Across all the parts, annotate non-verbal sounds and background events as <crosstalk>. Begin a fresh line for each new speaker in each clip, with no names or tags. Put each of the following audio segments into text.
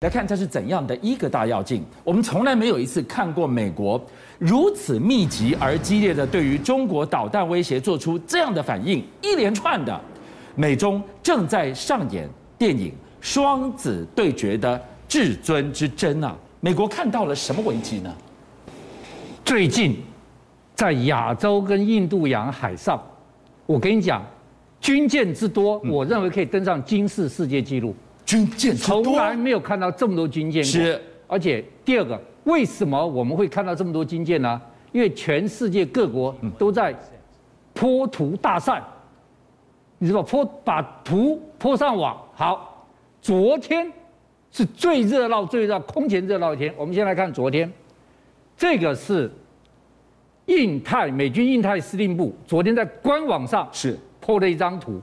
来看这是怎样的一个大跃进？我们从来没有一次看过美国如此密集而激烈的对于中国导弹威胁做出这样的反应，一连串的，美中正在上演电影《双子对决》的至尊之争啊！美国看到了什么危机呢？
最近在亚洲跟印度洋海上，我跟你讲，军舰之多，我认为可以登上军事世界纪录。
军舰嗯之多
从来没有看到这么多军舰过。
是，
而且第二个，为什么我们会看到这么多军舰呢？因为全世界各国都在泼图大赛，你知道泼把图泼上网。好，昨天是最热闹、最热空前热闹一天。我们先来看昨天，这个是印太美军印太司令部昨天在官网上
是
泼了一张图，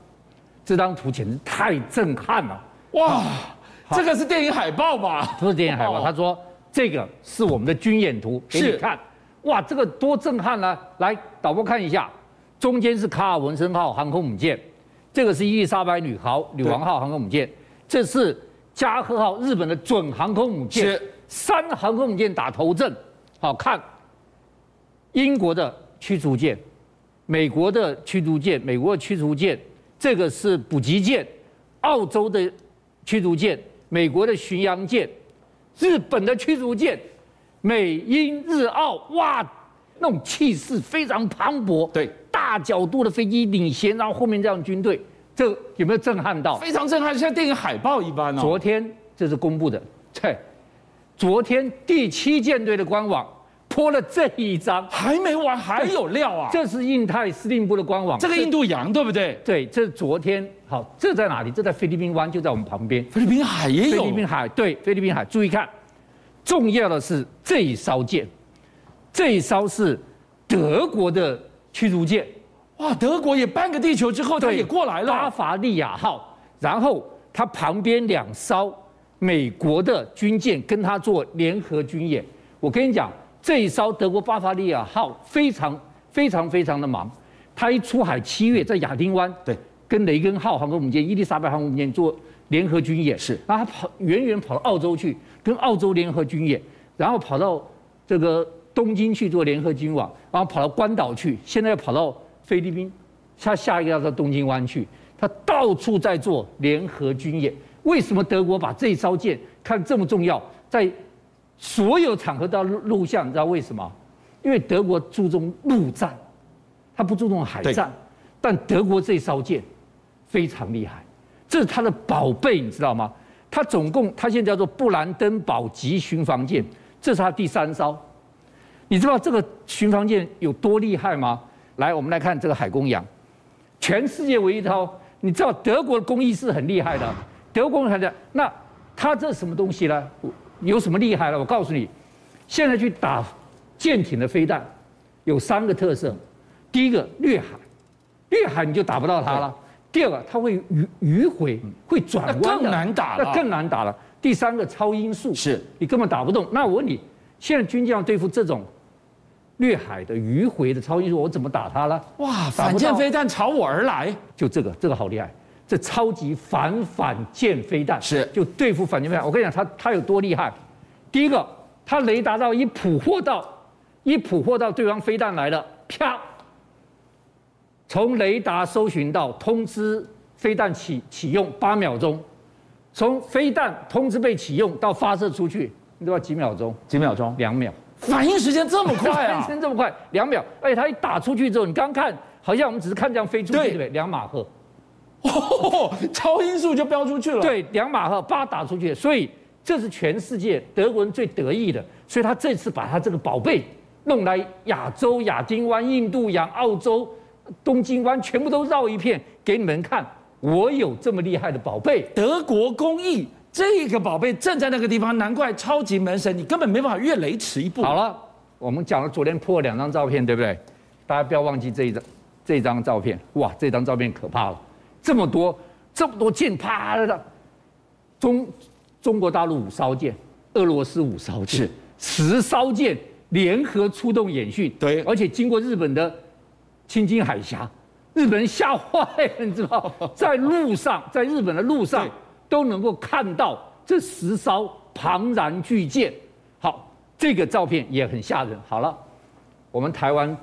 这张图简直太震撼了。
哇，这个是电影海报吧？
不是电影海报，
哦
他说这个是我们的军演图，给
是
你看，哇，这个多震撼呢、来，导播看一下，中间是卡尔文森号航空母舰，这个是伊丽莎白女豪女王号航空母舰，这是加贺号日本的准航空母舰
是，
三航空母舰打头阵，好看，英国的驱逐舰，美国的驱逐舰，美国的驱逐舰，这个是补给舰，澳洲的驱逐舰，美国的巡洋舰，日本的驱逐舰，美英日澳，哇，那种气势非常磅礴，
对，
大角度的飞机领衔，然后后面这样军队，这有没有震撼到？
非常震撼，像电影海报一般哦。
昨天这是公布的，对，昨天第七舰队的官网泼了这一张，
还没完，还有料啊！这
这是印太司令部的官网，
这个印度洋对不对？
对，这是昨天好，这在哪里？这在菲律宾湾，就在我们旁边。
菲律宾海也
菲
有
律宾海，对，菲律宾海，注意看，重要的是这一艘舰，这一艘是德国的驱逐舰，
哇，德国也半个地球之后，他
对，
也过来
巴
了。
伐利亚号，然后它旁边两艘美国的军舰跟它做联合军演。我跟你讲，这一艘德国巴伐利亚号非常非常非常的忙，它一出海七月在亚丁湾，
对，
跟雷根号航空母舰、伊丽莎白航空母舰做联合军演，
是
然后他跑远远跑到澳洲去跟澳洲联合军演，然后跑到这个东京去做联合军网，然后跑到关岛去，现在又跑到菲律宾，他下一个要到东京湾去，他到处在做联合军演。为什么德国把这一艘舰看这么重要，在所有场合都要录录像？你知道为什么？因为德国注重陆战，他不注重海战，但德国这艘舰非常厉害，这是他的宝贝，你知道吗？他总共他现在叫做布兰登堡级巡防舰，这是他第三艘。你知道这个巡防舰有多厉害吗？来，我们来看这个海公洋，全世界唯一一艘。你知道德国的工艺是很厉害的，德国人很厉害。那他这什么东西呢？有什么厉害呢？我告诉你，现在去打舰艇的飞弹，有三个特色：第一个掠海，掠海你就打不到它了；第二个，它会迂迂回，会转弯的，
嗯那更难打了
那更难打了。第三个，超音速，
是
你根本打不动。那我问你，现在军舰要对付这种掠海的迂回的超音速，我怎么打它呢？
哇，
打不到
反舰飞弹朝我而来，
就这个，这个好厉害，这超级反反舰飞弹
是
就对付反舰飞弹。我跟你讲，它它有多厉害？第一个，它雷达到一捕获到，一捕获到对方飞弹来了，啪，从雷达搜寻到通知飞弹启启用八秒钟，从飞弹通知被启用到发射出去，你知道几秒钟？
几秒钟，
两秒。
反应时间这么快
翻 <laughs>
啊！
身这么快，两秒，而且它一打出去之后，你刚看好像我们只是看这样飞出去，
对
对不对？两马赫，
哦，超音速就飙出去了。，
对，两马赫叭打出去，所以这是全世界德国人最得意的，所以他这次把他这个宝贝弄来亚洲、亚丁湾、印度洋、澳洲、东京湾，全部都绕一遍给你们看，我有这么厉害的宝贝。
德国工艺这个宝贝正在那个地方，难怪超级门神，你根本没办法越雷池一步。
好，了，我们讲了昨天破了两张照片，对不对？大家不要忘记这一张，这张照片，哇，这张照片可怕了，这么多，这么多舰，啪的，中中国大陆五艘舰，俄罗斯五艘舰
是，
十艘舰联合出动演训，
对
而且经过日本的青金海峡，日本人吓坏了，你知
<laughs>
道，在路上，在日本的路上
对
都能够看到这十艘庞然巨舰。好，这个照片也很吓人。好了，我们台湾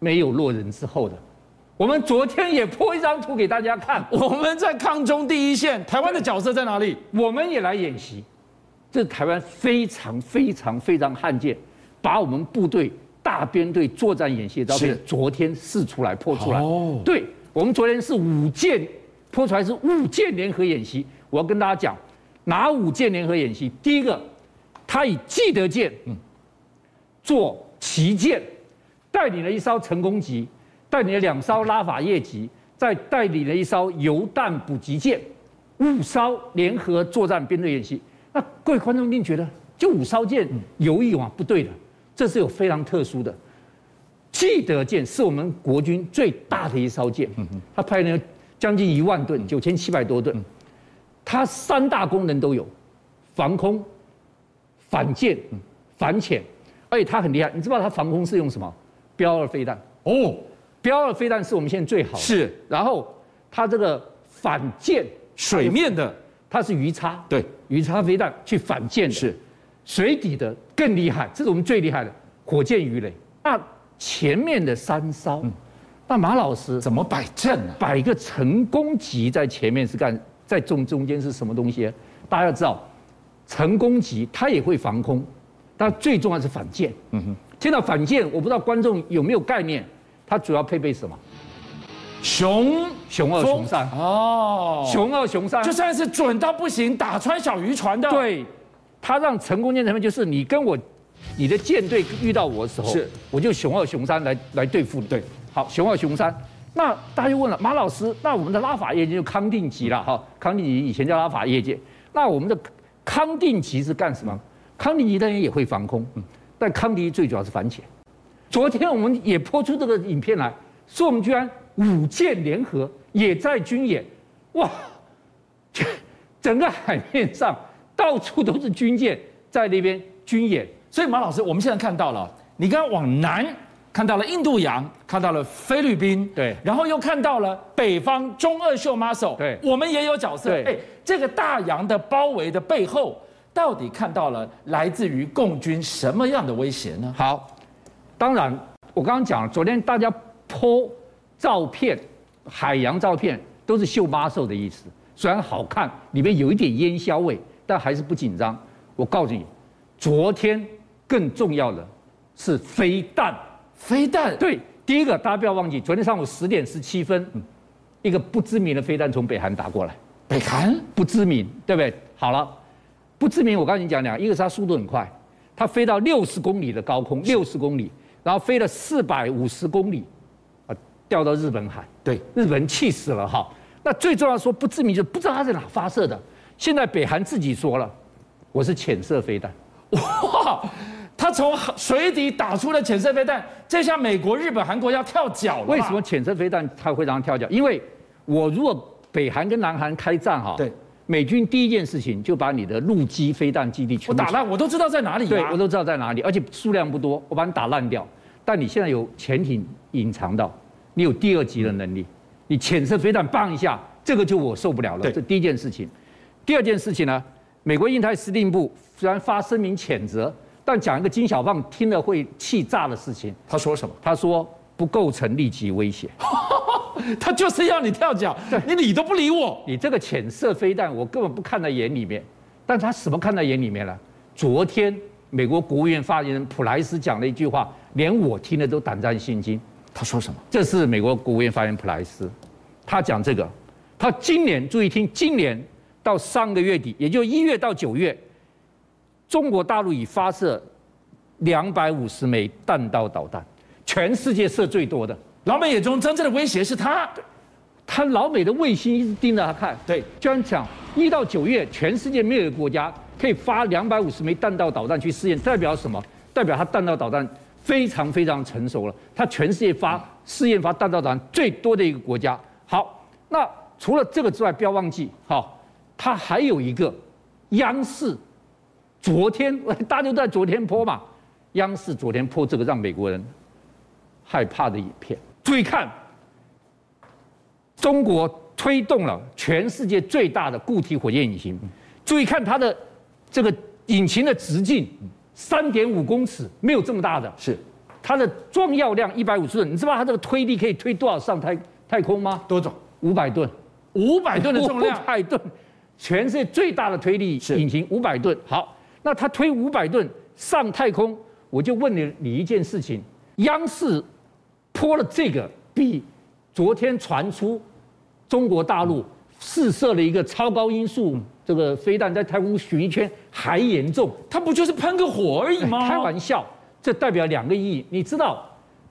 没有落人之后的，我们昨天也播一张图给大家看，
我们在抗中第一线，台湾的角色在哪里？
我们也来演习。这台湾非常非常非常罕见，把我们部队大编队作战演习的照片
是，
昨天试出来破出来。
哦
对，我们昨天是五舰破出来是五舰联合演习。我要跟大家讲，哪五舰联合演习？第一个，他以基德舰做旗舰，带领了一艘成功级，带领了两艘拉法叶级，再带领了一艘油弹补给舰，五艘联合作战编队演习。那各位观众一定觉得，就五艘舰游一网不对的，这是有非常特殊的。基德舰是我们国军最大的一艘舰，它派了将近一万吨，九千七百多吨，它三大功能都有，防空、反舰、反潜，而且它很厉害。你知不知道它防空是用什么？标二飞弹，
哦，
标二飞弹是我们现在最好的。
是
然后它这个反舰，
水面的，
它是鱼叉，
对，
鱼叉飞弹去反舰的。
是
水底的更厉害，这是我们最厉害的火箭鱼雷。那前面的三艘，那马老师
怎么摆阵啊？
摆一个成功级在前面是干，在中中间是什么东西啊？大家要知道，成功级它也会防空，但最重要是反舰。嗯哼，听到反舰，我不知道观众有没有概念，它主要配备什么？
熊
熊二、熊三、
哦，
熊二、熊三，
就算是准到不行，打穿小渔船的，，
啊对，他让成功舰他们就是你跟我，你的舰队遇到我的时候，
是
我就熊二熊三来来对付你。
对，
好，熊二熊三。那大家就问了，马老师，那我们的拉法叶舰就康定级了哈，康定级以前叫拉法叶舰，那我们的康定级是干什么？康定级当然也会防空，嗯但康定级最主要是反潜。昨天我们也播出这个影片来，说我们居然五舰联合也在军演，哇！整个海面上到处都是军舰在那边军演。
所以马老师，我们现在看到了，你刚刚往南看到了印度洋，看到了菲律宾，
对
然后又看到了北方中二秀 muscle，
对
我们也有角色，
对
哎，这个大洋的包围的背后，到底看到了来自于共军什么样的威胁呢？
好，当然我刚刚讲了，昨天大家剖照片，海洋照片都是秀巴兽的意思，虽然好看，里面有一点烟硝味，但还是不紧张。我告诉你，昨天更重要的是飞弹。
飞弹，
对，第一个大家不要忘记，昨天上午十点十七分，嗯一个不知名的飞弹从北韩打过来。
北韩，
不知名，对不对？好了，不知名，我刚才已经讲两个，一个是它速度很快，它飞到六十公里的高空，六十公里，然后飞了四百五十公里，啊，掉到日本海，
对，
日本人气死了哈。那最重要说不知名，就不知道它在哪发射的。现在北韩自己说了，我是潜射飞弹，
哇，他从水底打出了潜射飞弹，这下美国、日本、韩国要跳脚了吧。
为什么潜射飞弹它会让它跳脚？因为我如果北韩跟南韩开战哈，
对，
美军第一件事情就把你的陆基飞弹基地全
我
部
打烂，我都知道在哪里、啊。
对，我都知道在哪里，而且数量不多，我把你打烂掉。但你现在有潜艇隐藏到，你有第二级的能力，你潜射飞弹棒一下，这个就我受不了了。
对
这第一件事情。第二件事情呢，美国印太司令部虽然发声明谴责，但讲一个金小胖听了会气炸的事情，
他说什么？
他说不构成立即威胁。
他就是要你跳脚，你理都不理我。
你这个潜射飞弹，我根本不看在眼里面。但他什么看在眼里面了？昨天美国国务院发言人普莱斯讲了一句话，连我听了都胆战心惊。
他说什么？
这是美国国务院发言人普莱斯，他讲这个，他今年注意听，今年到上个月底，也就一月到九月，中国大陆已发射两百五十枚弹道导弹，全世界射最多的。
老美眼中真正的威胁是他。
他老美的卫星一直盯着他看，
对
居然讲一到九月，全世界没有一个国家可以发两百五十枚弹道导弹去试验，代表什么？代表他弹道导弹非常非常成熟了。他全世界发试验发弹道导弹最多的一个国家。好，那除了这个之外，不要忘记，好，他还有一个央视，昨天 <laughs> 大家都在昨天播嘛，央视昨天播这个让美国人害怕的影片，注意看。中国推动了全世界最大的固体火箭引擎。注意看它的这个引擎的直径三点五公尺，没有这么大的，
是
它的装药量一百五十吨，你知道它这个推力可以推多少上太太空吗？
多重，
五百吨，
五百吨的重量
<laughs> 五，百吨，全世界最大的推力
是
引擎五百吨。好，那它推五百吨上太空，我就问你你一件事情：央视泼了这个，比昨天传出中国大
嗯
陆试射了一个超高音速这个飞弹在太空巡一圈还严重。
它不就是喷个火而已吗？
开玩笑，这代表两个意义。你知道，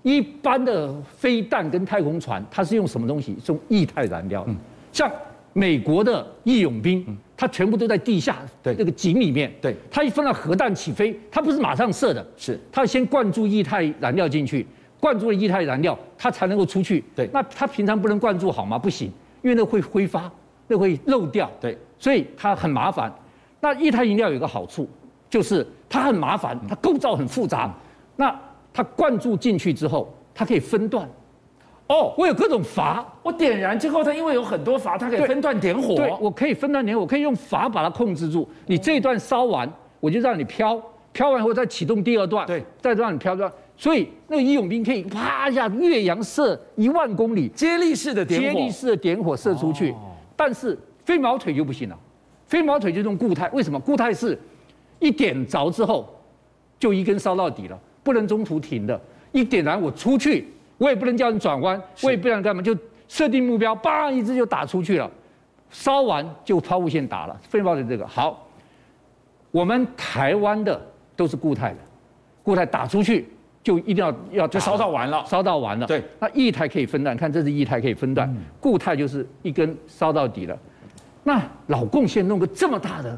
一般的飞弹跟太空船，它是用什么东西？是用液态燃料
嗯
的。像美国的义勇兵，它全部都在地下
对
那个井里面。
对
它一碰到核弹起飞，它不是马上射的，
是
它先灌注液态燃料进去，灌注了液态燃料，它才能够出去。
对
那它平常不能灌注好吗？不行，因为那会挥发，那会漏掉。
对，
所以它很麻烦。那液态饮料有一个好处，就是它很麻烦，它构造很复杂。那它灌注进去之后，它可以分段。哦，我有各种阀，
我点燃之后，它因为有很多阀，它可以
对
分段点
对，
火。
我可以分段点，我可以用阀把它控制住。你这一段烧完，我就让你飘，飘完以后再启动第二段，
对，
再让你飘飘。所以那个义勇兵可以啪一下越洋射一万公里，
接力式的点
接
火，哦
力式的点火射出去。但是飞毛腿就不行了，飞毛腿就用固态，为什么？固态是一点着之后就一根烧到底了，不能中途停的。一点燃我出去，我也不能叫你转弯，我也不能干嘛，就设定目标，叭一支就打出去了，烧完就抛物线打了。飞毛腿这个好，我们台湾的都是固态的，固态打出去就一定要要
就
就
烧到完了。
烧到完了。
对，
那液态可以分段，看这是液态可以分段，固态就是一根烧到底了。那老共现在弄个这么大的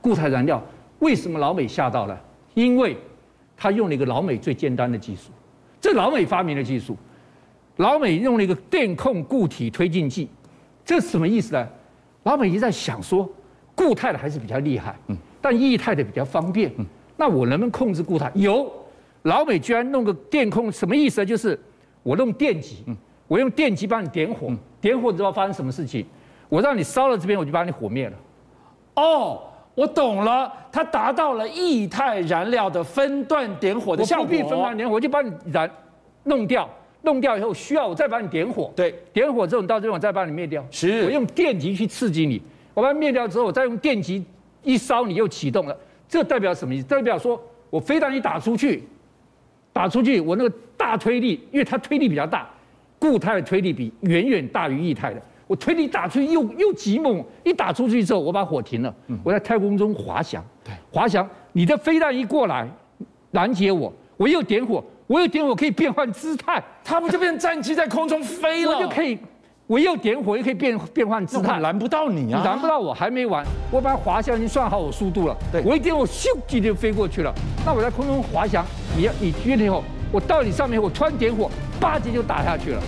固态燃料，为什么老美吓到了？因为他用了一个老美最简单的技术，这老美发明的技术，老美用了一个电控固体推进剂，这是什么意思呢？老美一直在想说，固态的还是比较厉害，
嗯
但液态的比较方便。那我能不能控制固态？有，老美居然弄个电控，什么意思呢？就是我弄电极，
嗯
我用电极帮你点火，点火你知道发生什么事情？我让你烧了这边，我就把你火灭了。
哦，我懂了，它达到了液态燃料的分段点火的
我
效
不
果。
必分完点火，我就把你燃弄掉，弄掉以后需要我再把你点火，
对，
点火之后你到这边我再把你灭掉，
是
我用电极去刺激你，我把它灭掉之后，我再用电极一烧你又启动了，这代表什么意思？代表说我非但你打出去，打出去我那个大推力，因为它推力比较大，固态的推力比远远大于液态的。我推力打出去又又极猛，一打出去之后，我把火停了，我在太空中滑翔。
嗯对，
滑翔，你的飞弹一过来，拦截我，我又点火，我又点火可以变换姿态，
它不就变战机在空中飞了？
我就可以，我又点火，又可以变变换姿
那我
态。
拦不到你
你
啊！
拦不到我，还没完，我把滑翔已经算好我速度了，
对
我一点我咻就就飞过去了。那我在空中滑翔，你要你约了以后，我到你上面，我突然点火，八级就打下去了。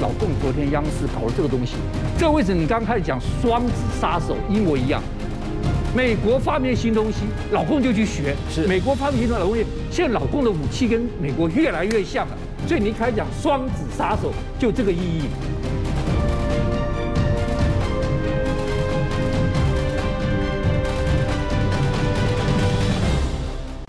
老共昨天央视搞了这个东西，这为什么你刚开始讲双子杀手一模一样？美国发明新东西，老共就去学。
是
美国发明新东西，现在老共的武器跟美国越来越像了。所以你一开始讲双子杀手，就这个意义。